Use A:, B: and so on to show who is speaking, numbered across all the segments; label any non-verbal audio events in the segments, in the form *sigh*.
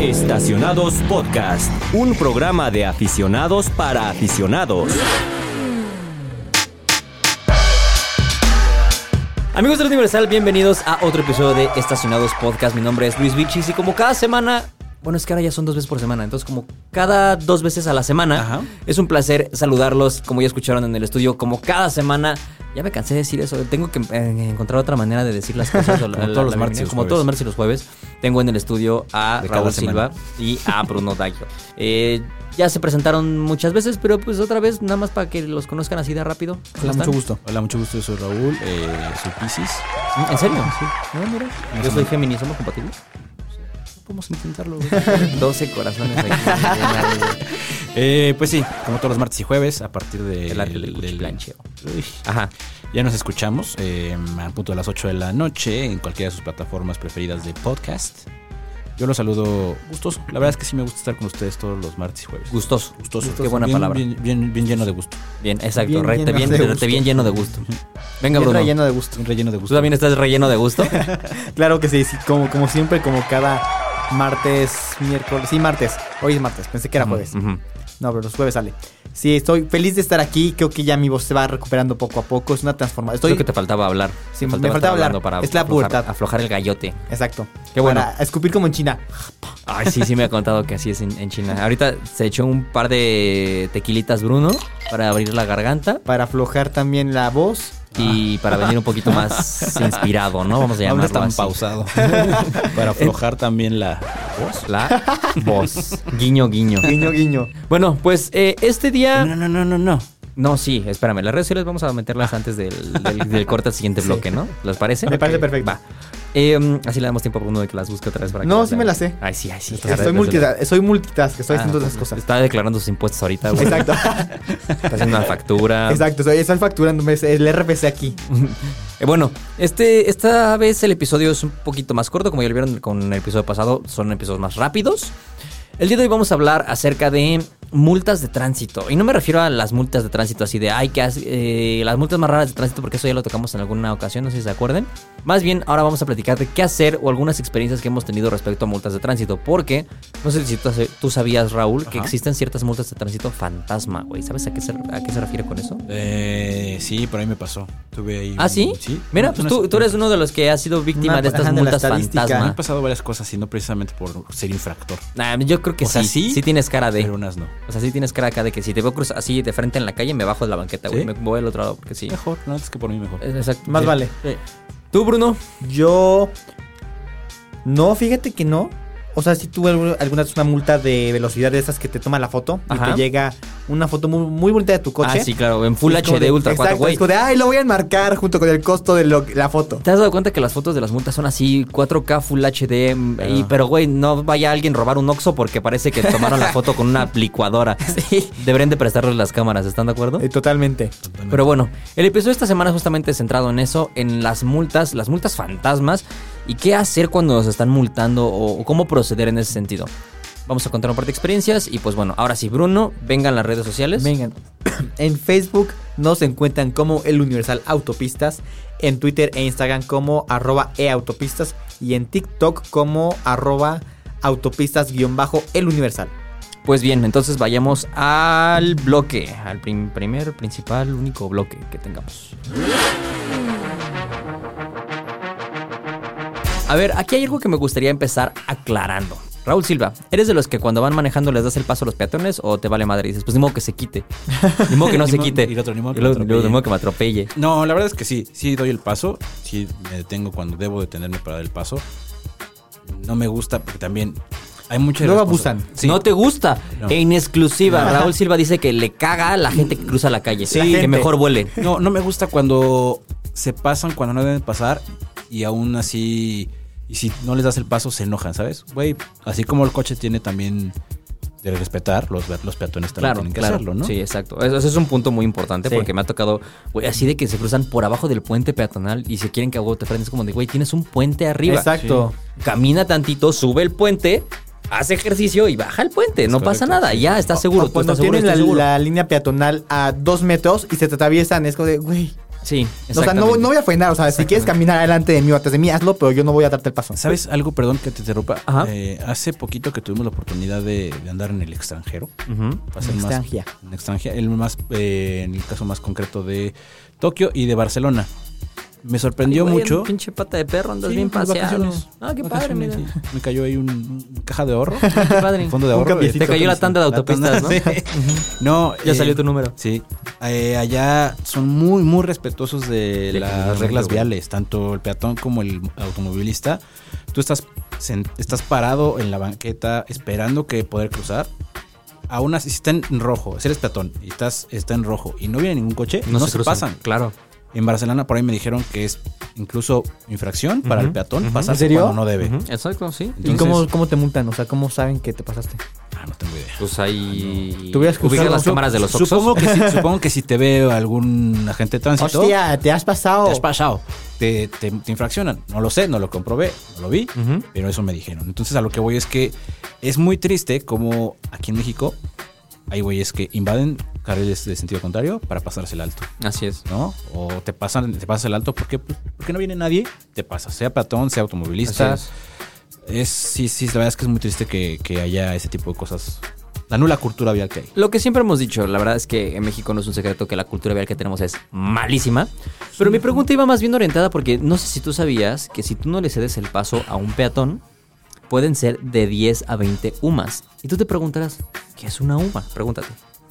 A: Estacionados Podcast, un programa de aficionados para aficionados.
B: Amigos del Universal, bienvenidos a otro episodio de Estacionados Podcast. Mi nombre es Luis Vichis y como cada semana, bueno, es que ahora ya son dos veces por semana, entonces como cada dos veces a la semana,
C: Ajá.
B: es un placer saludarlos, como ya escucharon en el estudio, como cada semana. Ya me cansé de decir eso, tengo que eh, encontrar otra manera de decir las cosas.
C: *laughs*
B: o la-
C: Como
B: la-
C: todos los
B: la
C: martes y
B: manera-
C: los
B: como todos los
C: jueves.
B: martes y los jueves, tengo en el estudio a
C: De cada
B: Raúl Silva
C: semana.
B: y a Bruno Daggio. Eh, ya se presentaron muchas veces, pero pues otra vez, nada más para que los conozcan así de rápido. ¿Cómo
C: Hola,
B: están?
C: mucho gusto. Hola, mucho gusto. Yo soy Raúl, eh, soy Pisces.
B: ¿En serio? No, mira. Yo soy Géminis, ¿somos *laughs* compatibles?
C: Podemos intentarlo.
B: 12 corazones *laughs* aquí.
C: eh, pues sí, como todos los martes y jueves, a partir de,
B: El arte del cuchiplancheo. Ajá.
C: Ya nos escuchamos eh, a punto de las 8 de la noche en cualquiera de sus plataformas preferidas de podcast. Yo los saludo gustoso. La verdad es que sí me gusta estar con ustedes todos los martes y jueves.
B: Gustoso.
C: Gustoso.
B: Qué buena
C: Bien-
B: palabra. Bien,
C: Bien, bien- bien lleno de gusto.
B: exacto.
D: Bien
B: re- te
D: lleno
B: bien,
D: de
B: te- te
D: gusto.
B: bien lleno de gusto. Venga,
D: Bien
B: Bruno.
D: relleno de gusto.
C: Un relleno de
B: ¿Tú
C: gusto.
B: también estás relleno de *laughs* gusto?
D: Claro que sí, sí, como, como siempre, como cada martes, miércoles. Sí, martes. Hoy es martes, pensé que era jueves.
B: Ujú.
D: No, pero los jueves sale. Sí, estoy feliz de estar aquí. Creo que ya mi voz se va recuperando poco a poco. Es una transformación. Estoy...
B: Creo que te faltaba hablar.
D: Sí,
B: Te
D: me
B: estar
D: faltaba hablar.
B: hablando Para
D: Es la
B: aflojar-
D: pubertad.
B: Aflojar el gallote.
D: Exacto.
B: Qué bueno.
D: Para escupir como en China.
B: Ay, sí, sí me ha contado que así es en, en China. Ahorita se echó un par de tequilitas Bruno para abrir la garganta
D: Para aflojar también la voz.
B: y para venir un poquito *laughs* más inspirado, ¿no? Vamos Ah. a
C: Ahora
B: llamarlo
C: tan
B: así.
C: pausado. *laughs* Para aflojar también la voz.
D: *laughs*
B: La voz. Guiño, guiño.
D: Guiño, guiño.
B: Bueno, pues eh, este
C: No,
B: día.
C: no, no, no, no.
B: No, sí, espérame. Las redes sociales vamos a meterlas antes del, del- del corte al
D: *laughs*
B: siguiente bloque, ¿no? ¿Les parece?
D: Me parece perfecto.
B: Va. Eh, mm, así le damos tiempo a Bruno de que las busque otra vez para que
D: No,
B: las
D: sí me
B: lea.
D: las sé.
B: Ay, sí, ay, sí.
D: Estoy, multitask, soy multitask, estoy
B: Ah,
D: haciendo
B: no,
D: esas cosas.
B: Está declarando sus impuestos ahorita, güey. *laughs*
D: Exacto.
B: Está haciendo una
D: *laughs*
B: factura.
D: Exacto, estoy, estoy facturándome el RPC aquí.
B: Eh, bueno, este, esta vez el episodio es un poquito más corto, como ya lo vieron con el episodio pasado, son episodios más rápidos. El día de hoy vamos a hablar acerca de multas de tránsito. Y no me refiero a las multas de tránsito así de, ay, que haz- eh, las multas más raras de tránsito, porque eso ya lo tocamos en alguna ocasión, no sé si se acuerden. Más bien, ahora vamos a platicar de qué hacer o algunas experiencias que hemos tenido respecto a multas de tránsito. Porque, no sé si tú, tú sabías, Raúl, que
C: Ajá.
B: existen ciertas multas de tránsito fantasma, güey. ¿Sabes a qué, se, a qué se refiere con eso?
C: Eh, sí, por ahí me pasó. Tuve ahí.
B: ¿Ah,
C: un-
B: sí? Mira, pues
C: Una-
B: tú, tú eres uno de los que ha sido víctima
D: Una-
B: de estas
D: ajá, de la
B: multas
D: estadística.
C: Me han
B: fantasma.
C: pasado varias cosas y no precisamente por ser infractor.
B: Nah, yo creo que
C: O sea,
B: sí, sí.
C: sí,
B: tienes cara de.
C: Pero unas no.
B: O sea, sí tienes cara acá de que si te veo cruzar así de frente en la calle, me bajo de la banqueta, güey.
C: ¿Sí?
B: Me voy al otro lado porque sí.
C: Mejor, no, es que por mí mejor.
B: Eh, Exacto.
D: Más
B: sí.
D: vale.
B: Sí. ¿Tú, Bruno?
D: Yo. No, fíjate que no. O sea, si tuve algu- alguna vez una multa de velocidad de esas que te toma la foto
B: Ajá.
D: y te llega una foto muy, muy bonita de tu coche.
B: Ah, sí, claro. En Full
D: Es como
B: HD
D: de-
B: Ultra 4,
D: exacto,
B: güey.
D: es como de, ay, lo voy a enmarcar junto con el costo de lo- la foto.
B: ¿Te has dado cuenta que las fotos de las multas son así 4K Full HD? mm, y-
C: Pero-
B: pero, güey, no vaya alguien a robar un Oxxo porque parece que tomaron
D: *laughs*
B: la foto con una licuadora. Deberían de prestarles las cámaras, ¿están de acuerdo?
D: Eh, totalmente.
B: Pero bueno, el episodio de esta semana es justamente centrado en eso, en las multas, las multas fantasmas y qué hacer cuando nos están multando o, o cómo proceder en ese sentido. Vamos a contar un par de experiencias y pues bueno, ahora sí, Bruno, vengan las redes sociales.
D: Vengan. *clears throat* En Facebook nos encuentran como El Universal Autopistas. En Twitter e Instagram como arroba eautopistas. Y en TikTok como arroba autopistas-el Universal.
B: Pues bien, entonces vayamos al bloque, al prim- primer, principal, único bloque que tengamos. A ver, aquí hay algo que me gustaría empezar aclarando. Raúl Silva, ¿eres de los que cuando van manejando les das el paso a los peatones o te vale madre? Y dices, pues ni modo que se quite. Ni modo que
C: *laughs*
B: no
C: Ni
B: se
C: modo-
B: quite.
C: y el otro, ni modo que
B: Y luego- luego, ni
C: me atropelle.
B: modo que me atropelle.
C: No, la verdad es que sí, sí doy el paso, sí me detengo cuando debo detenerme para dar el paso. No me gusta porque también hay mucha
D: Luego
C: irresponsa-
D: abusan.
C: Sí.
B: No te gusta.
C: No.
B: En
C: *laughs*
B: exclusiva, Raúl Silva dice que le caga a la gente que cruza la calle.
C: Sí.
B: que mejor vuele.
C: No, no me gusta cuando se pasan cuando no deben pasar y aún así y si no les das el paso se enojan, ¿sabes? Güey, así como el coche tiene también de respetar, los, los peatones también tienen que hacerlo, ¿no?
B: Sí, exacto. Eso, eso es un punto muy importante
D: Sí.
B: porque me ha tocado, güey, así de que se cruzan por abajo del puente peatonal y se quieren que a huevo te frenes como de, güey, tienes un puente arriba.
D: Exacto.
B: Camina tantito, sube el puente, hace ejercicio y baja el puente. no pasa
C: correcto,
B: nada,
C: sí.
B: ya, estás seguro.
D: O
B: tú
D: Ah, cuando
B: estás seguro,
D: tienen
B: estás
D: la,
B: seguro.
D: la línea peatonal a dos metros y se te atraviesan, es como de, güey,
B: Sí,
D: O sea, no,
B: exactamente.
D: no voy a frenar. O sea, si quieres
B: Exactamente.
D: caminar adelante de mí o atrás de mí, hazlo, pero yo no voy a darte el paso.
C: ¿Sabes algo? Perdón que te interrumpa.
B: Ajá.
C: Eh, hace poquito que tuvimos la oportunidad de, de andar en el extranjero.
B: Ujú.
C: Para ser
D: En
C: más-
D: extranjia.
C: en extranjia- el más, eh, en el caso más concreto de Tokio y de Barcelona. Me sorprendió
B: Ay, güey,
C: mucho.
B: Pinche pata de perro, andas
C: Sí,
B: bien
C: pues,
B: paseado.
C: vacaciones.
B: Ah, qué padre,
C: Vacaciones,
B: mira.
C: sí. Me cayó ahí un, un caja
B: *laughs*
C: de ahorro.
B: Qué padre.
C: fondo de
D: Un
C: ahorro. este,
B: Te
C: eh.
D: camioncito.
B: cayó la tanda de
C: La tanda, *laughs*
B: autopistas, ¿no?
C: sí. No,
B: Ya
C: eh,
B: salió tu número.
C: Sí. Eh, allá son muy, muy respetuosos de las
B: Definitivamente,
C: reglas
B: güey.
C: viales, tanto el peatón como el automovilista. Tú estás, sen- estás parado en la banqueta esperando que poder cruzar. Aún así, si está en rojo, si eres peatón y estás, está en rojo y no viene ningún coche, no, se,
B: cruzan.
C: pasan.
B: Claro.
C: En Barcelona por ahí me dijeron que es incluso infracción para el
B: Ujú,
C: peatón
B: ujú.
C: pasar
D: ¿En serio?
C: cuando no debe.
B: Ujú, Exacto, sí.
D: ¿Y
C: Entonces-
D: cómo, cómo te multan? O sea, ¿cómo saben que te pasaste?
C: Ah, no tengo idea.
B: Pues ahí.
D: Tú hubieras
B: Ubica
D: cruzado.
B: las cámaras de los Oxxos.
C: Supongo que, si, supongo que si te ve algún agente de tránsito,
D: Hostia, te has pasado.
C: te has pasado, Oh. te, te- te infraccionan. No lo sé, no lo comprobé, no lo vi,
B: Ujú.
C: pero eso me dijeron. Entonces a lo que voy es que es muy triste como aquí en México hay güeyes que invaden carriles de sentido contrario para pasarse el alto,
B: Así es.
C: ¿no? O te pasan, te pasas el alto porque, pues, porque no viene nadie, te pasa, sea peatón, sea automovilista.
B: Así es.
C: Es, sí, sí, la verdad es que es muy triste que, que haya ese tipo de cosas. La nula cultura vial que hay.
B: Lo que siempre hemos dicho, la verdad es que en México no es un secreto que la cultura vial que tenemos es malísima. Pero mi pregunta iba más bien orientada porque no sé si tú sabías que si tú no le cedes el paso a un peatón, pueden ser de 10 a 20 UMAs. Y tú te preguntarás, ¿qué es una UMA? Pregúntate.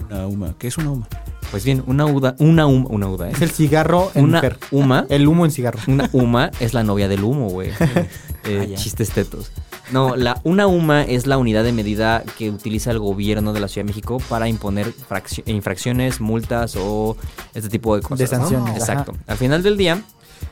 C: Una UMA. ¿Qué es una UMA?
B: Pues bien, una UDA, una UMA, una UDA, ¿eh?
D: Es el cigarro en
B: Una
D: mujer.
B: UMA.
D: El humo en cigarro.
B: Una UMA es la novia del humo,
C: *laughs*
B: güey. Eh,
C: Ah, ya.
B: chistes tetos. No, la, una UMA es la unidad de medida que utiliza el gobierno de la Ciudad de México para imponer fraccio- infracciones, multas o este tipo de cosas.
D: De
B: ¿no?
D: sanciones, ajá.
B: Exacto. Al final del día,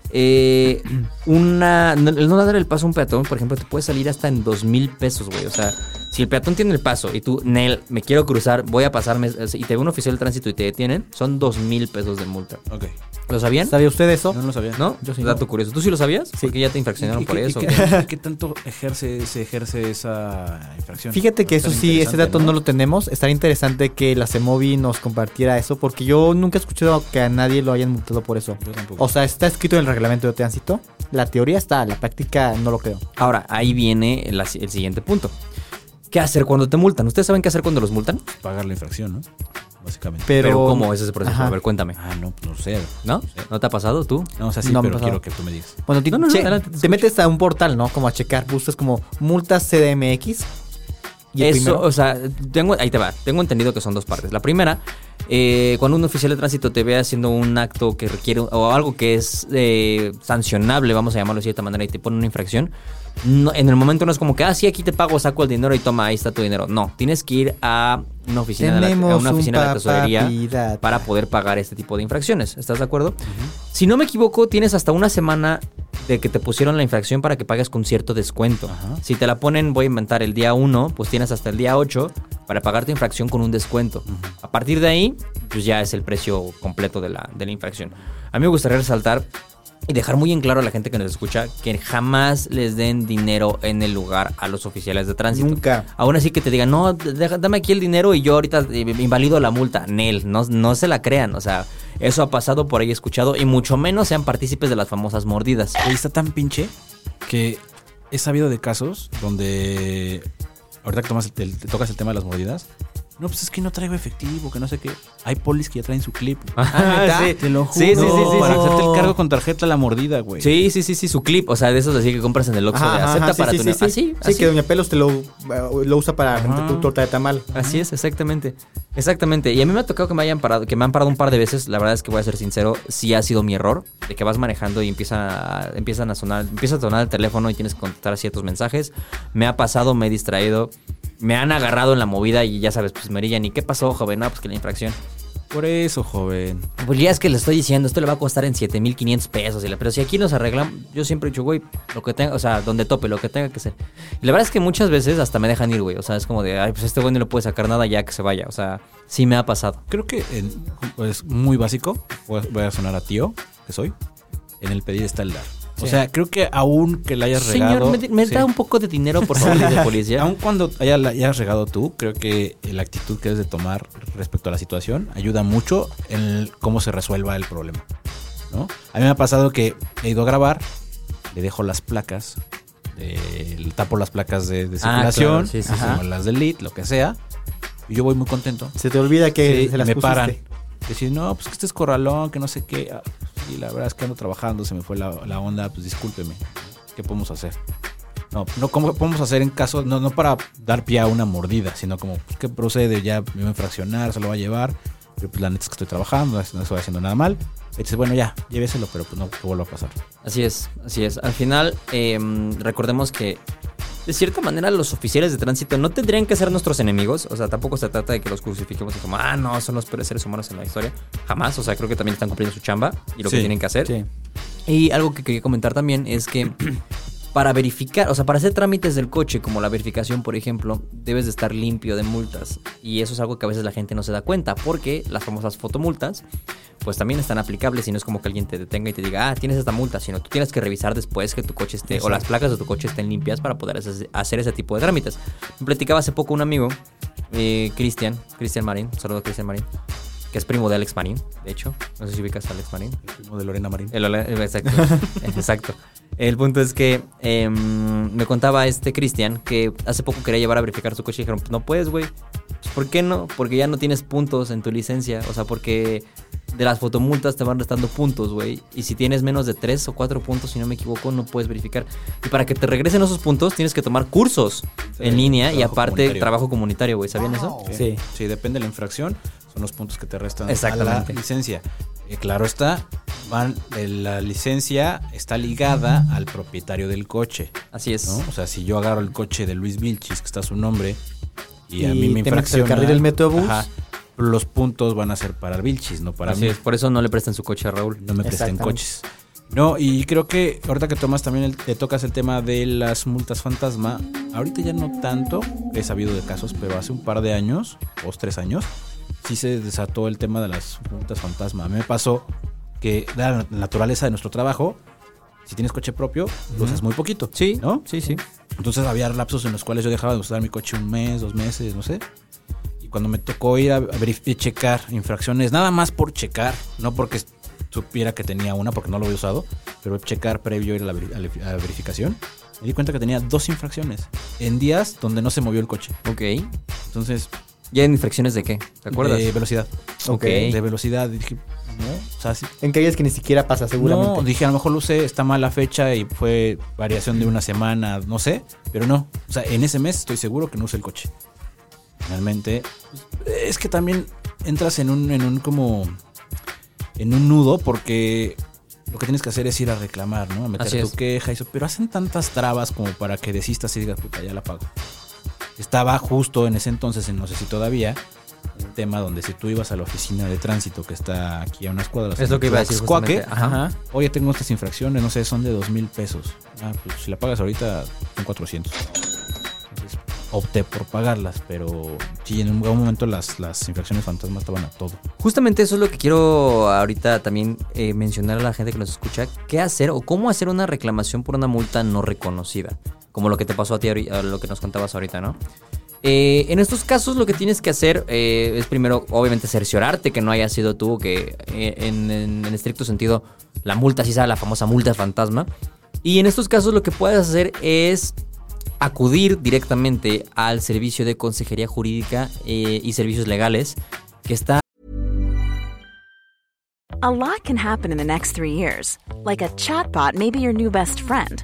B: eh, una, no- el no dar el paso a un peatón, por ejemplo, te puede salir hasta en dos mil pesos, güey. O sea, si el peatón tiene el paso y tú, Nel, me quiero cruzar, voy a pasarme, eh, y te ve un oficial de tránsito y te detienen, son dos mil pesos de multa.
C: Ok.
B: ¿Lo sabían?
D: ¿Sabía usted eso?
C: No lo sabía.
B: ¿No?
D: Yo sí.
B: Dato curioso. ¿Tú sí lo sabías?
D: Sí.
B: Porque ya te infraccionaron
C: ¿Y
B: por
C: qué- y
B: eso.
C: qué-
B: ¿o qué?
C: ¿Qué, tanto ejerce, se ejerce esa infracción?
D: Fíjate que
C: Está
D: eso sí, ese
C: interesante,
D: dato no lo tenemos. Estaría interesante que la CEMOVI nos compartiera eso, porque yo nunca he escuchado que a nadie lo hayan multado por eso.
C: Yo tampoco.
D: O sea, está escrito en el reglamento de tránsito. La teoría está, la práctica no lo creo.
B: Ahora, ahí viene la- el siguiente punto. ¿Qué hacer cuando te multan? ¿Ustedes saben qué hacer cuando los multan?
C: Pagar la infracción, ¿no? Básicamente.
D: Pero,
B: ¿cómo es ese proceso?
D: Ajá.
B: A ver, cuéntame.
C: ah, no, pues no sé.
B: ¿No? ¿No te ha pasado tú?
C: No, o sea, sí,
D: No me
C: pero
D: ha pasado.
C: quiero que tú me digas.
D: Bueno, ti-
B: No, no, no,
D: che-
B: adelante, te
D: te metes a un portal, ¿no? Como a checar, buscas como multas CDMX. Y el
B: Eso,
D: primero-
B: o sea, tengo, ahí te va. Tengo entendido que son dos partes. La primera, eh, cuando un oficial de tránsito te ve haciendo un acto que requiere o algo que es eh, sancionable, vamos a llamarlo de cierta manera, y te pone una infracción, no- en el momento no es como que, ah, sí, aquí te pago, saco el dinero y toma, ahí está tu dinero. No, tienes que ir a una oficina, de la, a
D: Tenemos
B: una
D: un
B: oficina de la tesorería
D: papapirata.
B: para poder pagar este tipo de infracciones. ¿Estás de acuerdo? Si no me equivoco, tienes hasta una semana de que te pusieron la infracción para que pagues con cierto descuento.
C: Ajá.
B: Si te la ponen, voy a inventar el día 1, pues tienes hasta el día 8 para pagar tu infracción con un descuento. A partir de ahí, pues ya es el precio completo de la, de la infracción. A mí me gustaría resaltar y dejar muy en claro a la gente que nos escucha que jamás les den dinero en el lugar a los oficiales de tránsito.
D: Nunca.
B: Aún así que te digan, no, deja- dame aquí el dinero y yo ahorita eh, invalido la multa. Nel, no, no se la crean. O sea, eso ha pasado por ahí escuchado y mucho menos sean partícipes de las famosas mordidas.
C: Ahí está tan pinche que he sabido de casos donde. Ahorita que tomas el- el- te tocas el tema de las mordidas. No, pues es que no traigo efectivo, que no sé qué. Hay polis que ya traen su clip. Ah,
D: ¿neta?
B: sí.
C: Te lo juro.
B: Sí, sí, sí, sí,
C: Para
B: sí.
C: hacerte el cargo con tarjeta la mordida, güey.
B: Sí, sí, sí, sí, su clip. O sea, de esos así que compras en el Oxxo
D: Ajá,
B: de
D: ajá,
B: acepta
D: sí,
B: para
D: sí,
B: tu ¿Ah,
D: sí,
B: ne-
D: sí.
B: Así,
D: Sí,
B: así.
D: que Doña Pelos te lo, eh, lo usa para
B: Ah.
D: hacerte tu torta de tamal.
B: Así es, exactamente. Exactamente. Y a mí me ha tocado que me hayan parado, que me han parado un par de veces. La verdad es que voy a ser sincero, sí ha sido mi error. De que vas manejando y empieza, a- empiezan a sonar, empieza a sonar el teléfono y tienes que contestar ciertos mensajes. Me ha pasado, me he distraído. Me han agarrado en la movida y ya sabes, pues me orillan. ¿Y qué pasó, joven? No, pues que la infracción.
C: Por eso, joven.
B: Pues ya es que le estoy diciendo, esto le va a costar en 7500 pesos. y la- Pero si aquí nos arreglamos, yo siempre he dicho, güey, lo que tenga, o sea, donde tope, lo que tenga que ser. Y la verdad es que muchas veces hasta me dejan ir, güey. O sea, es como de, ay, pues este güey no le puede sacar nada ya que se vaya. O sea, sí me ha pasado.
C: Creo que en- es muy básico. Voy a- voy a sonar a tío, que soy. En el pedir está el dar. O
B: Sí.
C: sea, creo que aún que la hayas regado.
B: Señor, ¿me, me
C: sí.
B: da un poco de dinero, por
C: *laughs*
B: favor, dice el policía?
C: Aún cuando haya- la hayas regado tú, creo que la actitud que debes de tomar respecto a la situación ayuda mucho en el- cómo se resuelva el problema. ¿no? A mí me ha pasado que he ido a grabar, le dejo las placas, eh, le tapo las placas de, de
B: Ah,
C: circulación,
B: claro, sí, sí,
C: como
B: sí.
C: las del lead, lo que sea, y yo voy muy contento.
D: Se te olvida que
C: Sí,
D: se las
C: me
D: pusiste.
C: paran. Decir, no, pues que este es corralón, que no sé qué. Ah, Y la verdad es que ando trabajando, se me fue la, la onda, pues discúlpeme. ¿Qué podemos hacer? No, no, ¿cómo podemos hacer en caso, no, no para dar pie a una mordida, sino como, pues, ¿qué procede? Ya me va a fraccionar, se lo va a llevar. Pero pues la neta es que estoy trabajando, no estoy haciendo nada mal. Entonces, bueno, ya, lléveselo, pero pues no, que vuelva a pasar.
B: Así es, así es. Al final, eh, recordemos que de cierta manera los oficiales de tránsito no tendrían que ser nuestros enemigos. O sea, tampoco se trata de que los crucifiquemos y como, ah, no, son los peores seres humanos en la historia. Jamás. O sea, creo que también están cumpliendo su chamba y lo que
C: Sí,
B: tienen que hacer.
C: sí.
B: Y algo que quería comentar también es que *clears throat* para verificar, o sea, para hacer trámites del coche, como la verificación, por ejemplo, debes de estar limpio de multas. Y eso es algo que a veces la gente no se da cuenta, porque las famosas fotomultas, pues también están aplicables y no es como que alguien te detenga y te diga, ah, tienes esta multa, sino tú tienes que revisar después que tu coche esté, o las placas de tu coche estén limpias para poder hacer- hacer ese tipo de trámites. Me platicaba hace poco un amigo, eh, Cristian, Cristian Marín, un saludo a Cristian Marín, que es primo de Alex Marín, de hecho, no sé si ubicas a Alex Marín.
C: El primo de Lorena Marín.
B: El hola- el- exacto. exacto. El punto es que em, me contaba este Cristian que hace poco quería llevar a verificar su coche y dijeron, no puedes, güey. Pues, ¿Por qué no? Porque ya no tienes puntos en tu licencia. O sea, porque de las fotomultas te van restando puntos, güey. Y si tienes menos de 3 o 4 puntos, si no me equivoco, no puedes verificar. Y para que te regresen esos puntos, tienes que tomar cursos en línea y
C: trabajo
B: aparte
C: comunitario.
B: trabajo comunitario, güey. ¿Sabían eso?
D: Sí.
C: Sí, depende de la infracción, son los puntos que te restan
B: Exactamente.
C: a la licencia. Eh, claro está, van, eh, la licencia está ligada al propietario del coche,
B: Así es.
C: ¿no? O sea, si yo agarro el coche de Luis Vilchis, que está su nombre, y, a
D: Y
C: mí me
D: te metes al
C: infracciona...
D: carril del Metrobús.
C: los puntos van a ser para el Vilchis, no para
B: Así
C: mí.
B: es. Por eso no le prestan su coche a Raúl.
C: No me presten
D: Exactamente.
C: coches. No, y creo que ahorita que tomas también el- te tocas el tema de las multas fantasma, ahorita ya no tanto, he sabido de casos, pero hace un par de años, dos, tres años, sí se desató el tema de las multas fantasma. A mí me pasó que la naturaleza de nuestro trabajo, si tienes coche propio, lo usas muy poquito.
B: Sí,
C: ¿no?
B: sí, sí.
C: Entonces había lapsos en los cuales yo dejaba de usar mi coche un mes, dos meses, no sé. Y cuando me tocó ir a verificar, checar infracciones, nada más por checar, no porque s- supiera que tenía una, porque no lo había usado, pero checar previo a ir a la, veri- a la- a la verificación, me di cuenta que tenía dos infracciones en días donde no se movió el coche.
B: Ok.
C: Entonces,
B: ¿Ya en infracciones de qué? ¿Te acuerdas?
C: de velocidad.
B: Ok.
C: De velocidad. Y dije, no, o sea, sí,
D: En calles que ni siquiera pasa, seguramente.
C: no, dije, a lo mejor lo usé, está mala fecha y fue variación de una semana, no sé, pero no. O sea, en ese mes estoy seguro que no usé el coche. Realmente, pues, es que también entras en un, en un como, en un nudo porque lo que tienes que hacer es ir a reclamar, ¿no? A meter
B: Así
C: tu
B: es.
C: queja y eso, pero hacen tantas trabas como para que desistas y digas, puta, ya la pago. Estaba justo en ese entonces, en no sé si todavía, un tema donde si tú ibas a la oficina de tránsito que está aquí a unas cuadras.
B: Es
C: en
B: lo que iba a decir
C: Tlaxcuaque,
B: justamente. Ajá.
C: ajá, Oye, tengo estas infracciones, no sé, son de dos mil pesos. Ah, pues si la pagas ahorita, son 400. Entonces, opté por pagarlas, pero sí, en un buen momento las, las infracciones fantasmas estaban a todo.
B: Justamente eso es lo que quiero ahorita también eh, mencionar a la gente que nos escucha. ¿Qué hacer o cómo hacer una reclamación por una multa no reconocida? Como lo que te pasó a ti, ahori- a lo que nos contabas ahorita, ¿no? Eh, en estos casos lo que tienes que hacer eh, es primero, obviamente, cerciorarte que no haya sido tú, o que eh, en, en- en estricto sentido la multa, sí sabe, la famosa multa fantasma. Y en estos casos lo que puedes hacer es acudir directamente al servicio de consejería jurídica eh, y servicios legales que está
E: A lot can happen in the next three years. Like a chatbot may be your new best friend.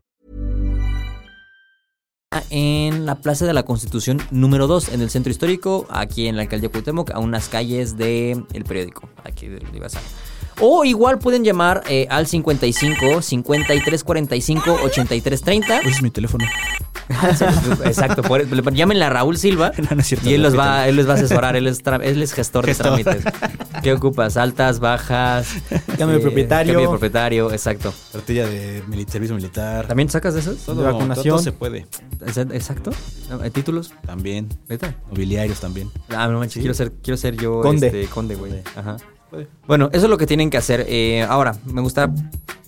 B: en la Plaza de la Constitución número 2, en el centro histórico, aquí en la alcaldía Cuauhtémoc, a unas calles del el periódico, aquí del Ibazán. O igual pueden llamar eh, al 55 53 45 83 30.
C: Uy, es mi teléfono.
B: *laughs* Exacto, por- le- llámenle a Raúl Silva *laughs*
C: No, no es cierto,
B: y él
C: no,
B: los
C: ahorita
B: va,
C: no.
B: él les va a asesorar, él es, tra- él es gestor de
C: Gestor.
B: trámites. ¿Qué ocupas? ¿Altas, bajas? Eh,
D: Cambio de
B: *laughs*
D: propietario.
B: Cambio de propietario, exacto.
C: Tortilla de mili- servicio militar.
B: ¿También sacas de esos?
C: Todo,
D: de vacunación.
C: todo se puede.
B: Exacto. ¿Títulos?
C: También.
B: ¿Neta?
C: Nobiliarios también.
B: Ah, no manches, quiero ser, quiero ser yo
D: Conde.
B: este, conde, güey. Ajá. Bueno, eso es lo que tienen que hacer. Eh, ahora, me gusta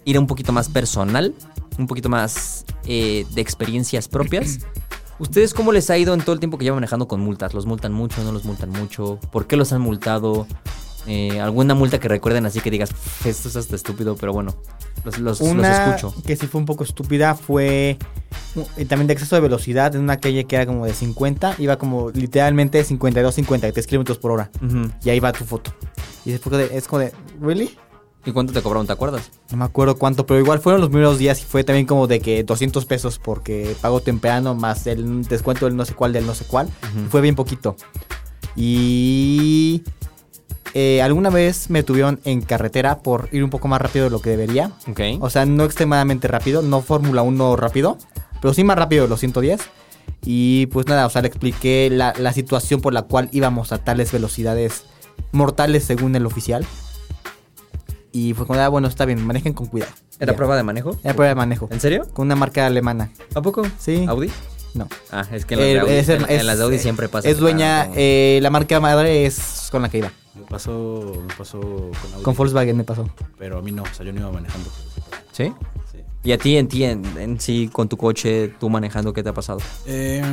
B: ir un poquito más personal, un poquito más eh, de experiencias
D: *clears throat*
B: propias. ¿Ustedes cómo les ha ido en todo el tiempo que llevan manejando con multas? ¿Los multan mucho? ¿No los multan mucho? ¿Por qué los han multado? Eh, ¿Alguna multa que recuerden así que digas, "Pf, esto es hasta estúpido, pero bueno, los, los, los
D: Una
B: escucho?
D: que sí fue un poco estúpida fue uh, y también de exceso de velocidad en una calle que era como de 50, iba como literalmente de 52, 53 kilómetros por hora.
B: Ujú.
D: Y ahí va tu foto. Y es como de, es como de, ¿really?
B: ¿Y cuánto te cobraron? ¿Te acuerdas?
D: No me acuerdo cuánto, pero igual fueron los primeros días y fue también como de que 200 pesos porque pagó temprano más el descuento del no sé cuál, del no sé cuál. Fue bien poquito. Y eh, alguna vez me tuvieron en carretera por ir un poco más rápido de lo que debería.
B: Ok.
D: O sea, no extremadamente rápido, no Fórmula 1 rápido, pero sí más rápido de los 110. Y pues nada, o sea, le expliqué la, la situación por la cual íbamos a tales velocidades mortales según el oficial. Y fue como, ah, bueno, está bien, manejen con cuidado.
B: ¿Era
D: Ya.
B: prueba de manejo?
D: Era prueba de manejo.
B: ¿En serio?
D: Con una marca alemana.
B: ¿A poco?
D: Sí.
B: ¿Audi?
D: No.
B: Ah, es que en las, de
D: Eh,
B: Audi,
D: es-
B: en- en
D: es-
B: las de Audi siempre pasa.
D: Es
B: que
D: dueña,
B: cada-
D: eh, la marca madre es con la que iba.
C: Me pasó, me pasó con Audi,
D: Con Volkswagen me pasó.
C: Pero a mí no, o sea, yo no iba manejando.
B: ¿Sí?
C: Sí.
B: Y a ti, en ti, en, en sí, con tu coche, tú manejando, ¿qué te ha pasado?
C: Eh,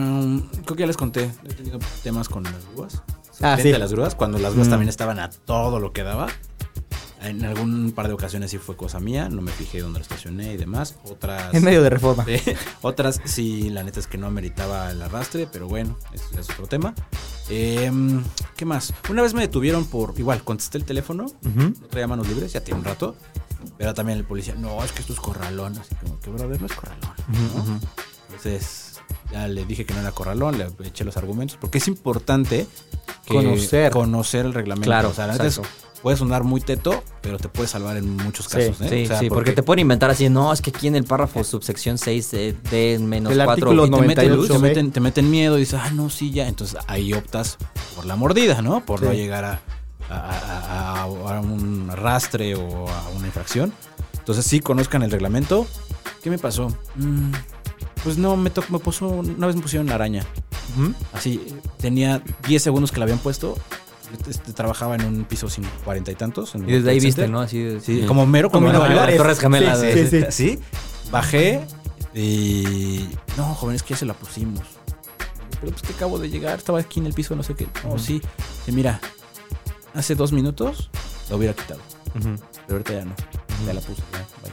C: creo que ya les conté. He tenido temas con las grúas.
D: Ah,
C: Frente
D: sí. Mm.
C: a las grúas, cuando las grúas también estaban a todo lo que daba. En algún par de ocasiones sí fue cosa mía, no me fijé dónde la estacioné y demás. Otras.
D: En medio de reforma.
C: Sí. *laughs* Otras sí, la neta es que no ameritaba el arrastre, pero bueno, eso ya es otro tema. Em, ¿Qué más? Una vez me detuvieron por, igual, contesté el teléfono, no traía manos libres, ya tiene un rato, pero también el policía, no, es que esto es corralón, así como que, brother, no es corralón, ¿no? Entonces, ya le dije que no era corralón, le eché los argumentos, porque es importante que-
D: Conocer.
C: conocer el reglamento.
B: Claro,
C: o sea, la neta es-
B: exacto.
C: puede sonar muy teto, pero te puede salvar en muchos casos, ¿eh?
B: sí,
C: O sea,
B: sí, porque te pueden inventar así, no, es que aquí en el párrafo subsección 6 de, de menos
D: El
B: 4.
D: artículo
B: y te
C: te meten,
D: 98
C: luz, te,
D: B.
C: meten, te meten miedo y dices, ah, no, sí, ya. Entonces ahí optas por la mordida, ¿no? Por no
D: Sí.
C: llegar a, a- a- a- a un arrastre o a una infracción. Entonces sí, conozcan el reglamento. ¿Qué me pasó? Mm, pues no, me, to- me puso, una vez me pusieron una araña. Así, eh, tenía 10 segundos que la habían puesto. Este, trabajaba en un piso sin cuarenta y tantos. en un
B: Y desde ahí
C: call
B: viste,
C: center.
B: ¿no? Así, de-
C: Sí, como mero, como
B: Como
C: Nueva
B: en
C: York.
B: las Torres Gemelas.
D: Sí,
B: de-
D: sí, sí.
C: Sí, bajé y... No, joven, es que ya se la pusimos. Pero pues que acabo de llegar, estaba aquí en el piso, no sé qué. No, sí. Y mira, hace dos minutos la hubiera quitado. Pero ahorita ya no. Ya la puse, ya, bye.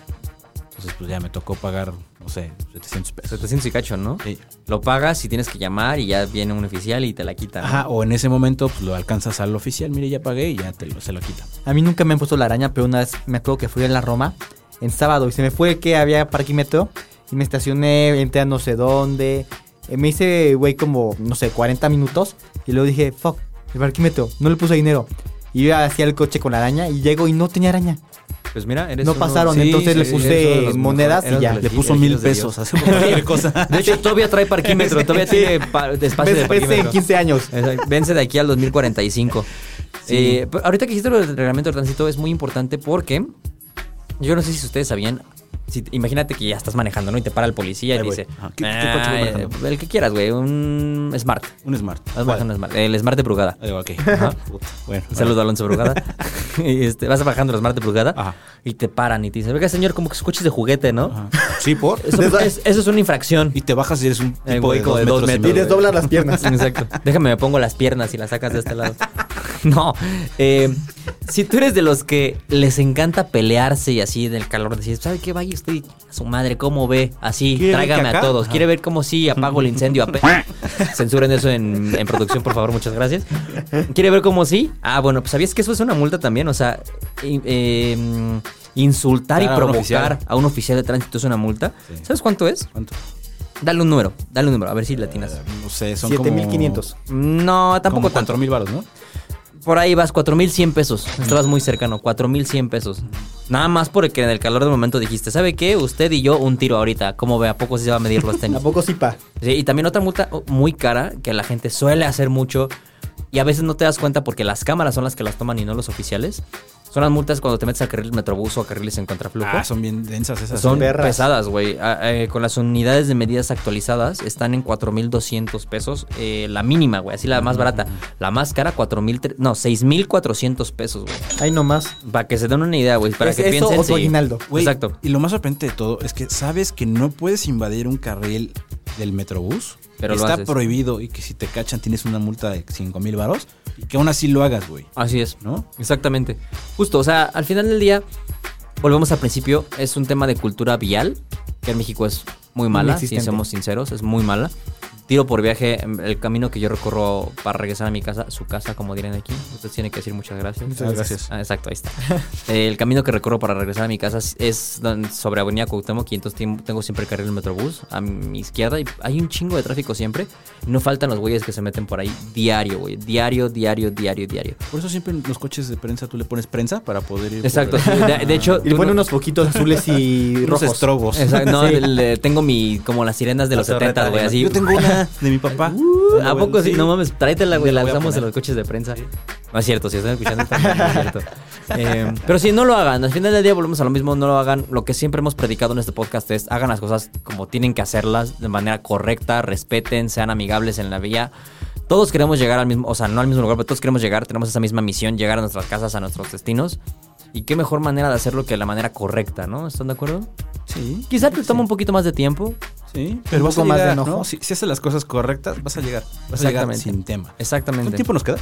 C: Entonces pues ya me tocó pagar, no sé, 700 pesos.
B: 700 y cacho, ¿no?
C: Sí.
B: Lo pagas y tienes que llamar y ya viene un oficial y te la quita. ¿no?
C: Ajá, o en ese momento pues lo alcanzas al oficial, mire, ya pagué y ya te lo, se lo quita.
D: A mí nunca me han puesto la araña, pero una vez me acuerdo que fui a la Roma en sábado y se me fue que había parquímetro y me estacioné, entré a no sé dónde. eh, me hice, güey, como, no sé, 40 minutos y luego dije, fuck, el parquímetro, no le puse dinero. Y yo hacía el coche con la araña y llego y no tenía araña.
B: Pues mira, eres
D: No
B: uno-
D: pasaron, entonces le puse
B: eres uno de los
D: monedas
B: mejores,
D: y ya,
B: eres de
C: Le
B: los
C: puso
B: elegidos
C: mil
B: de Dios.
C: pesos, hace cualquier cosa.
B: *laughs* De hecho, todavía trae parquímetro, todavía *laughs* tiene pa- espacio de
D: Ves- ves en
B: parquímetro.
D: 15 años.
B: Exacto. Vence de aquí al 2045. Eh, pero ahorita que hiciste lo del reglamento de tránsito es muy importante porque yo no sé si ustedes sabían. si- imagínate que ya estás manejando, ¿no? Y te para el policía y
C: Ahí voy.
B: dice:
C: Ajá. ¿Qué- qué
B: "Ah,
C: coche voy
B: eh,
C: manejando?"
B: El que quieras, güey. Un Smart.
C: Un smart.
B: Vas manejando un Smart. El Smart de Brugada.
C: Ah, ok. Puta. Bueno,
B: Un Saludo a Alonso
C: *laughs*
B: Brugada. Y, este, vas bajando el Smart de Brugada
C: Ajá.
B: y te paran y te dicen: Oiga, señor, como que escuches de juguete, ¿no?
C: Ajá. Sí, por.
B: *laughs* Eso, es- eso es una infracción.
C: Y te bajas y eres un
B: Eh,
C: tipo
B: güey,
C: de,
B: como
C: dos
B: de dos
C: metros y
B: metros.
D: Y
C: medio.
D: desdoblas las
B: *laughs*
D: piernas.
B: Exacto. Déjame, me pongo las piernas y las sacas de este lado. *laughs* No. eh, si tú eres de los que les encanta pelearse y así del calor, decir, ¿sabe qué? Vaya usted, y a su madre, ¿cómo ve? Así,
C: ¿Quiere ver
B: tráigame a
C: caca?
B: todos. ¿Quiere ver cómo sí apago el incendio?
C: *laughs*
B: Ape- Censuren eso en, en producción, por favor, muchas gracias. ¿Quiere ver cómo sí? Ah, bueno, pues sabías que eso es una multa también, o sea, in- eh, insultar
C: Claro,
B: y
C: a un
B: provocar
C: oficial.
B: a un oficial de tránsito es una multa.
C: Sí.
B: ¿Sabes cuánto es?
C: ¿Cuánto? Eh,
B: Dale un número, dale un número, a ver si latinas.
C: No sé, son como...
D: 7500.
B: No, tampoco tanto. Ah,
C: mil baros, ¿no?
B: Por ahí vas, 4100 pesos. Estabas muy cercano, 4100 pesos. Nada más porque en el calor del momento dijiste, ¿sabe qué? Usted y yo un tiro ahorita. ¿Cómo ve? ¿A poco sí se va *laughs* a medir los tenis?
D: ¿A poco sí, pa?
B: Sí, y también otra multa oh, muy cara que la gente suele hacer mucho y a veces no te das cuenta porque las cámaras son las que las toman y no los oficiales. Son las multas cuando te metes a carril metrobús o a carriles en contraflujo.
C: Ah, son bien densas esas. ¿eh?
B: Son
D: perras.
B: pesadas, güey. Ah, eh, con las unidades de medidas actualizadas están en 4,200 pesos. eh, la mínima, güey. Así la más barata. La más cara, 4,000. No, 6,400 pesos, güey.
D: Ahí nomás.
B: Para que se den una idea, güey. Para
D: ¿Es
B: que
D: eso
B: piensen.
D: o tu
B: si-
D: aguinaldo?
C: Güey,
B: Exacto.
C: Y lo más sorprendente de todo es que sabes que no puedes invadir un carril del Metrobús.
B: Pero lo
C: está
B: haces.
C: prohibido y que si te cachan tienes una multa de 5 mil varos y que aún así lo hagas, güey.
B: Así es.
C: ¿No?
B: Exactamente. Justo, o sea, al final del día, volvemos al principio, es un tema de cultura vial, que en México es muy mala, si
D: Inexistente.
B: somos sinceros, es muy mala. Tiro por viaje, em, el camino que yo recorro para regresar a mi casa, su casa, como dirán aquí. Usted tiene que decir muchas gracias.
D: Muchas
C: gracias.
B: Ah, exacto, ahí está. *laughs* el camino que recorro para regresar a mi casa es- es don- sobre Avenida Cuauhtémoc y entonces tiem- tengo siempre el carril Metrobús a mi izquierda y hay un chingo de tráfico siempre. No faltan los güeyes que se meten por ahí diario, güey. Diario, diario, diario, diario.
C: Por eso siempre en los coches de prensa tú le pones prensa para poder ir. por
B: Exacto.
C: el-
B: sí,
C: *laughs*
B: De, de hecho,
D: Y
B: tú
D: le ponen
B: no-
D: unos *laughs* foquitos azules y
C: Unos
D: rojos.
C: estrobos.
B: Exacto, no, le- tengo mi como las sirenas de los
D: La torreta
B: 70, güey,
D: de-
B: así. *laughs*
C: Yo tengo una de mi papá.
B: ¿A poco sí? No mames, tráetela, güey,
C: Me la
B: la
C: voy a
B: usamos en
C: poner.
B: los coches de prensa. No es cierto, si están escuchando esto, no es
C: *laughs*
B: cierto. Eh, pero sí, no lo hagan. Al final del día volvemos a lo mismo, no lo hagan. Lo que siempre hemos predicado en este podcast es hagan las cosas como tienen que hacerlas, de manera correcta, respeten, sean amigables en la vía. Todos queremos llegar al mismo, o sea, no al mismo lugar, pero todos queremos llegar, tenemos esa misma misión, llegar a nuestras casas, a nuestros destinos. Y qué mejor manera de hacerlo que la manera correcta, ¿no? ¿Están de acuerdo?
C: Sí,
B: Quizá te toma un poquito más de tiempo,
C: sí. Pero vas a
D: poco más de
C: llegar,
D: enojo.
C: ¿no? Si, si haces las cosas correctas, vas a llegar. Vas a llegar
B: Exactamente.
C: sin tema.
B: Exactamente.
C: ¿Cuánto tiempo nos queda?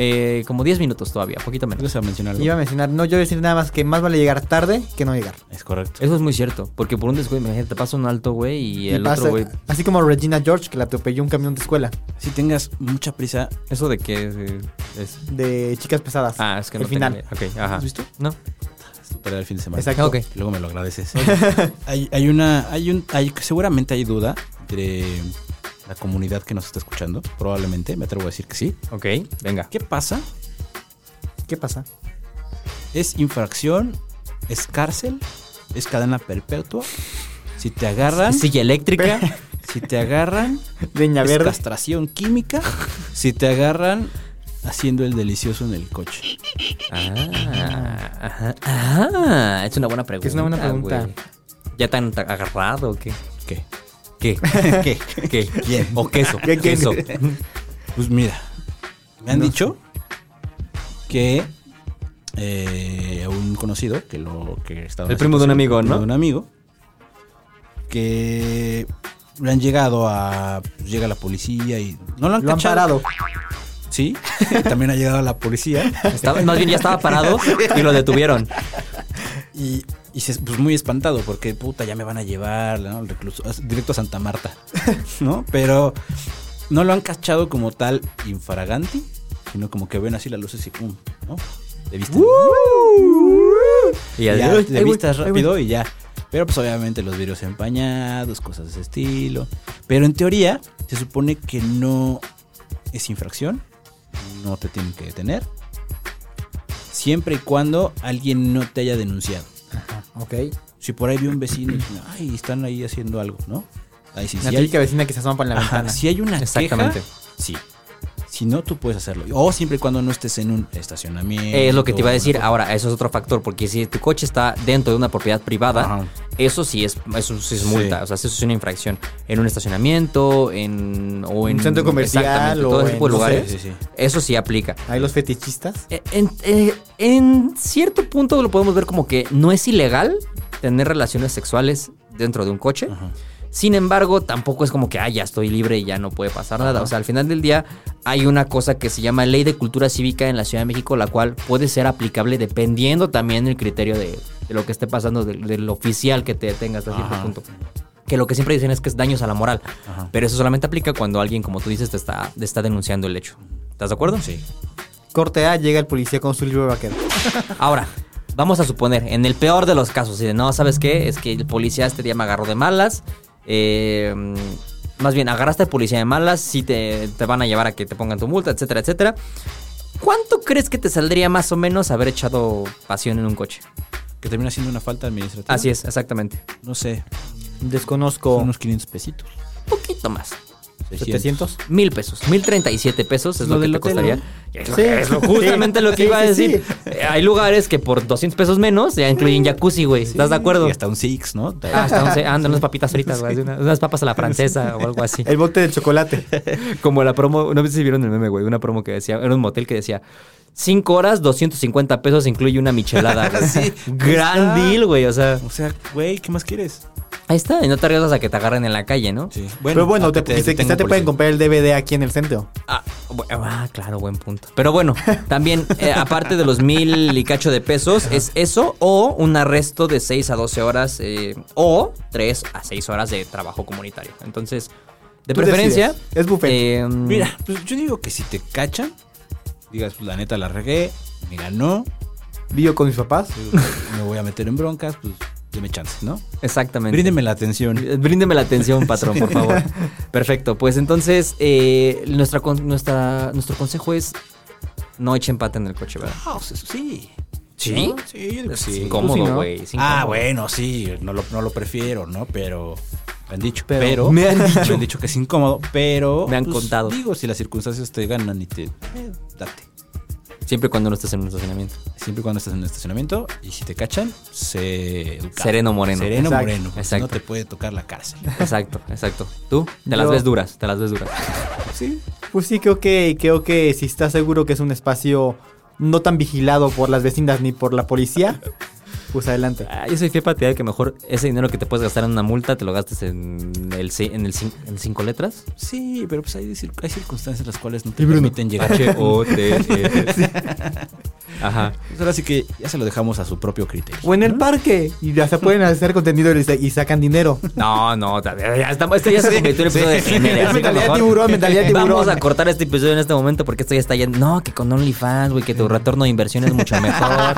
B: Eh, como 10 minutos todavía, poquito menos.
C: Ibas a mencionar algo.
D: Iba a mencionar, no, yo iba a decir nada más que más vale llegar tarde que no llegar.
C: Es correcto.
B: Eso es muy cierto, porque por un descuido, imagínate, te pasa un alto, güey, y
D: Y
B: el
D: pasa-
B: otro, güey.
D: así como Regina George, que la atropelló un camión de escuela
C: Si tengas mucha prisa,
B: ¿Eso de qué eh, es?
D: de chicas pesadas.
B: Ah, es que
D: El
B: no
D: final.
B: tengo idea. Ok, ajá.
C: ¿Has visto?
B: No.
C: superar el fin de semana.
D: Exacto.
B: Ok.
C: Y Luego me lo agradeces. *laughs* hay, hay una, hay un, hay, seguramente hay duda entre la comunidad que nos está escuchando. Probablemente, me atrevo a decir que sí.
B: Ok, venga.
C: ¿Qué pasa?
D: ¿Qué *laughs* pasa?
C: ¿Es infracción? ¿Es cárcel? ¿Es cadena perpetua? Si te agarran,
B: Silla eléctrica.
D: *laughs*
C: si te agarran,
D: Leña
C: es
D: verde.
C: castración química. Si te agarran haciendo el delicioso en el coche.
B: ah, ajá. Ah, es una buena pregunta.
D: Es una buena pregunta.
B: güey. ¿Ya tan ta- agarrado o qué? *laughs*
C: ¿Qué?
D: *laughs*
B: ¿Qué?
C: ¿Qué?
B: ¿Qué?
C: ¿Quién?
B: ¿O queso?
D: ¿Qué- quién?
B: queso.
C: Pues mira, me han dicho que eh, un conocido que lo que estaba en
B: El
C: la
B: primo de un
C: situación,
B: amigo,
C: el primo
B: ¿no?
C: De un amigo que le han llegado a pues, llega la policía y no lo han
D: Lo han
C: cachado.
D: parado.
C: Sí, también ha llegado la
B: *laughs*
C: policía
B: Estaba- más bien ya estaba parado y lo detuvieron.
C: y y se, pues muy espantado porque puta ya me van a llevar, ¿no? Al recluso- a- directo a Santa
B: *laughs*
C: Marta, ¿no? Pero no lo han cachado como tal infraganti, sino como que ven así las luces y pum, ¿no? De vista.
B: Y
C: Ya,
B: ¡Uh! ya,
C: ya,
B: ¡Uy!
C: te
B: Ahí voy,
C: vistas
B: ahí voy.
C: rápido y ya. Pero pues obviamente los vidrios empañados, cosas de ese estilo. Pero en teoría se supone que no es infracción. No te tienen que detener. Siempre y cuando alguien no te haya denunciado.
D: Ok.
C: Si por ahí vio un vecino y dicen, ay, están ahí haciendo algo, ¿no? Ahí sí,
D: La
C: sí
D: típica vecina que se asoma por la
C: Ajá,
D: ventana.
C: si hay una
B: Exactamente.
C: queja, sí. Si no, tú puedes hacerlo. O siempre y cuando no estés en un estacionamiento.
B: Eh, Es lo que te iba a decir. Ahora, eso es otro factor, porque si tu coche está dentro de una propiedad privada,
C: Ajá.
B: eso sí es, eso sí es multa,
C: Sí.
B: o sea, eso es una infracción. En un estacionamiento, en, o en
D: Un centro comercial
B: exactamente,
D: o
B: todo ese
D: en-
B: tipo de
D: no sé.
B: lugares,
C: Sí, sí, sí.
B: eso sí aplica.
D: Ahí los fetichistas.
B: Eh, En, eh, en cierto punto lo podemos ver como que no es ilegal tener relaciones sexuales dentro de un coche.
C: Ajá.
B: Sin embargo, tampoco es como que, ah, ya estoy libre y ya no puede pasar nada. O sea, al final del día hay una cosa que se llama Ley de Cultura Cívica en la Ciudad de México, la cual puede ser aplicable dependiendo también el criterio de, de lo que esté pasando, del, del oficial que te tengas hasta cierto
C: Ajá.
B: punto. Que lo que siempre dicen es que es daños a la moral.
C: Ajá.
B: Pero eso solamente aplica cuando alguien, como tú dices, te está, te está denunciando el hecho. ¿Estás de acuerdo? Sí.
D: Corte A, llega el policía con su libro vaquero.
B: Ahora, vamos a suponer, en el peor de los casos, y de no, ¿sabes qué? Es que el policía este día me agarró de malas. eh, más bien, agarraste al policía de malas, sí te, te van a llevar a que te pongan tu multa, etcétera, etcétera. ¿Cuánto crees que te saldría más o menos haber echado pasión en un coche?
C: Que termina siendo una falta administrativa.
B: Así es, exactamente.
C: No sé.
D: Desconozco.
C: Unos 500 pesitos.
B: Un poquito más.
D: 700.
B: Mil pesos, mil treinta y siete pesos es lo,
C: Lo
B: que
C: del
B: te
C: hotel,
B: costaría.
C: ¿no?
B: Es lo
D: Sí.
B: que- es lo- justamente lo que
D: Sí,
B: iba a
D: sí, sí.
B: decir. Eh, Hay lugares que por 200 pesos menos ya incluyen jacuzzi, güey. ¿Estás de acuerdo?
C: Y hasta un Six, ¿no?
B: Ah, hasta once- ah, andan unas papitas fritas, güey. así Unas, unas papas a la francesa o algo así.
D: El bote de *laughs* chocolate.
B: *laughs* Como la promo, no sé si vieron el meme, güey. Una promo que decía, era un motel que decía, 5 horas, 250 pesos, incluye una michelada. *laughs* güey.
C: Sí.
B: Gran
C: Está.
B: deal, güey. O sea,
C: O sea, güey, ¿qué más quieres?
B: ahí está. Y no te arriesgas a que te agarren en la calle, ¿no?
C: Sí.
D: Pero bueno,
C: aunque
D: te, quizá-
C: detenga
D: quizá te
C: un
D: pueden
C: policía.
D: comprar el DVD aquí en el centro.
B: Ah, bu- ah, claro, buen punto. Pero bueno, también, eh, aparte de los mil y cacho de pesos, es eso o un arresto de 6 a 12 horas eh, o 3 a 6 horas de trabajo comunitario. Entonces, de
D: Tú
B: preferencia.
D: decides. Es buffet.
B: eh,
C: Mira, pues yo digo que si te cachan, digas, pues la neta la regué, me ganó,
D: Vivo con mis papás.
C: digo, me voy a meter en broncas, pues deme chance, ¿no?
B: Exactamente. Eh,
C: Bríndeme la atención.
B: Bríndeme la atención, patrón, por
C: *laughs*
B: favor. Perfecto. Pues entonces, eh, nuestra, con- nuestra, nuestro consejo es no echen pata en el coche, ¿verdad?
C: Ah, o sea, sí.
B: ¿Sí?
C: Sí, yo digo que
B: Es
C: sí.
D: Tú sí,
B: incómodo,
D: ¿no?
B: güey. es
C: Ah,
B: incómodo.
C: bueno, sí, no lo, no lo prefiero, ¿no? Pero me han dicho, pero,
B: me han dicho.
C: *laughs* me han dicho que es incómodo, pero pues,
B: Me han contado.
C: Digo, si las circunstancias te ganan y te eh, date.
B: Siempre y cuando no estés en un estacionamiento.
C: Siempre y cuando estés en el estacionamiento y si te cachan, sé educado.
B: Sereno moreno.
C: Sereno
D: Exacto.
C: moreno. porque
B: Exacto.
C: No te puede tocar
B: *laughs*
C: la cárcel.
B: Exacto, exacto. Tú te las
D: Yo-
B: ves duras, te las ves duras.
C: Sí.
D: Pues sí, creo que, creo que si estás seguro que es un espacio no tan vigilado por las vecinas ni por la policía, pues adelante.
B: Ah, yo soy fiel patear que mejor ese dinero que te puedes gastar en una multa te lo gastes en el ci- en el cin- en cinco letras.
C: Sí, pero pues hay, cir- hay circunstancias las cuales no te
D: Bruno.
B: *laughs*
C: permiten llegar.
B: H O T *laughs* E. Ajá.
C: Pues ahora sí que ya se lo dejamos a su propio criterio.
D: O en el parque. Y ya se pueden hacer contenido y, sa- y sacan dinero.
B: No, no, ta- ya estamos, este
D: *laughs*
B: ya se convirtió en un episodio de género.
D: Es
B: así que
D: mentalidad
B: mejor
D: tiburón, mentalidad tiburón.
B: Vamos a cortar este episodio en este momento porque esto ya está yendo. No, que con OnlyFans, güey, que tu retorno de inversión es mucho mejor.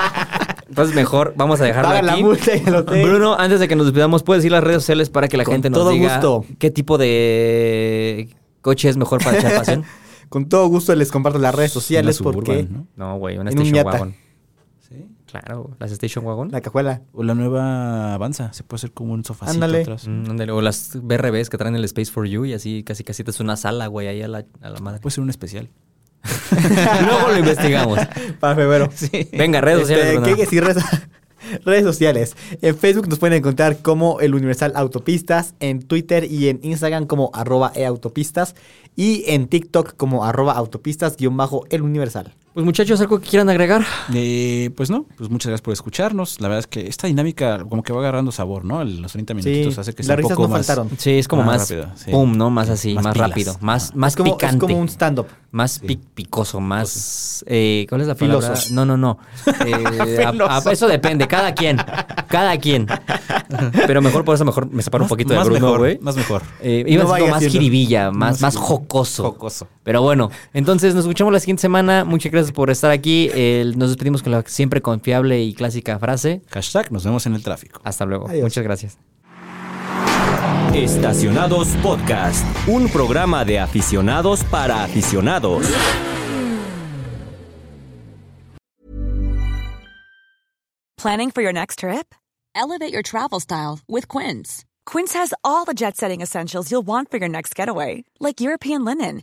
B: Entonces mejor vamos a dejarlo
D: Paga la
B: aquí.
D: multa y el hotel.
B: Bruno, antes de que nos despidamos, ¿puedes decir las redes sociales para que la
D: Con
B: gente nos
D: todo
B: diga
D: gusto.
B: qué tipo de coche es mejor para ¿eh? echar
D: *laughs*
B: pasión?
D: Con todo gusto les comparto las redes sociales
C: Una
D: porque
C: Suburban, ¿no?
B: No, güey, una
D: En un
B: Station
D: Miata.
B: Wagon.
C: Sí.
B: Claro, las Station Wagon.
D: la cajuela.
C: O la nueva Avanza, se puede hacer como un sofacito
D: Ándale.
C: atrás.
B: Mm, ándale, o las BRBs que traen el Space for You y así casi casi te es una sala, güey, ahí a la, a la madre.
C: Puede ser un especial.
B: *laughs* *laughs* Luego lo investigamos.
D: *laughs* Para febrero.
B: Venga, redes
D: Este,
B: sociales, Bruno.
D: ¿qué- qué- sí, redes, redes *laughs* sociales. En Facebook nos pueden encontrar como El Universal Autopistas, en Twitter y en Instagram como arroba eautopistas y en TikTok como arroba autopistas guión bajo El Universal.
B: Pues muchachos, ¿algo que quieran agregar?
C: Eh, pues no, pues muchas gracias por escucharnos. La verdad es que esta dinámica como que va agarrando sabor, ¿no? En los 30 minutos hace que sea un
D: las risas
C: poco
D: no
C: más...
D: faltaron.
B: Sí, es como
C: Ah,
B: más
C: rápido, sí.
B: pum, ¿no? Más así, más,
C: Más pilas.
B: rápido, más, más
D: es, como,
B: picante.
D: es como un stand-up.
B: Más pic- picoso, más... eh, ¿Cuál es la palabra?
D: Filoso.
B: No, no, no. Eh, a- a- eso depende, cada quien. Cada quien. Pero mejor, por eso mejor me separo un
C: Más-
B: poquito
C: más
B: de Bruno,
C: mejor,
B: güey.
C: Más mejor.
B: Eh, iba
D: No
B: a decir como
D: vaya
B: más
D: siendo.
B: jiribilla, más, más jocoso.
C: Jocoso.
B: Pero bueno, entonces nos escuchamos la siguiente semana. Muchas gracias por estar aquí. Eh, nos despedimos con la siempre confiable y clásica frase.
C: Hashtag nos vemos en el tráfico.
B: Hasta luego.
D: Adiós.
B: Muchas gracias.
A: Estacionados Podcast, un programa de aficionados para aficionados.
E: Planning for your next trip?
F: Elevate your travel style with Quince.
E: Quince has all the jet setting essentials you'll want for your next getaway, like European linen,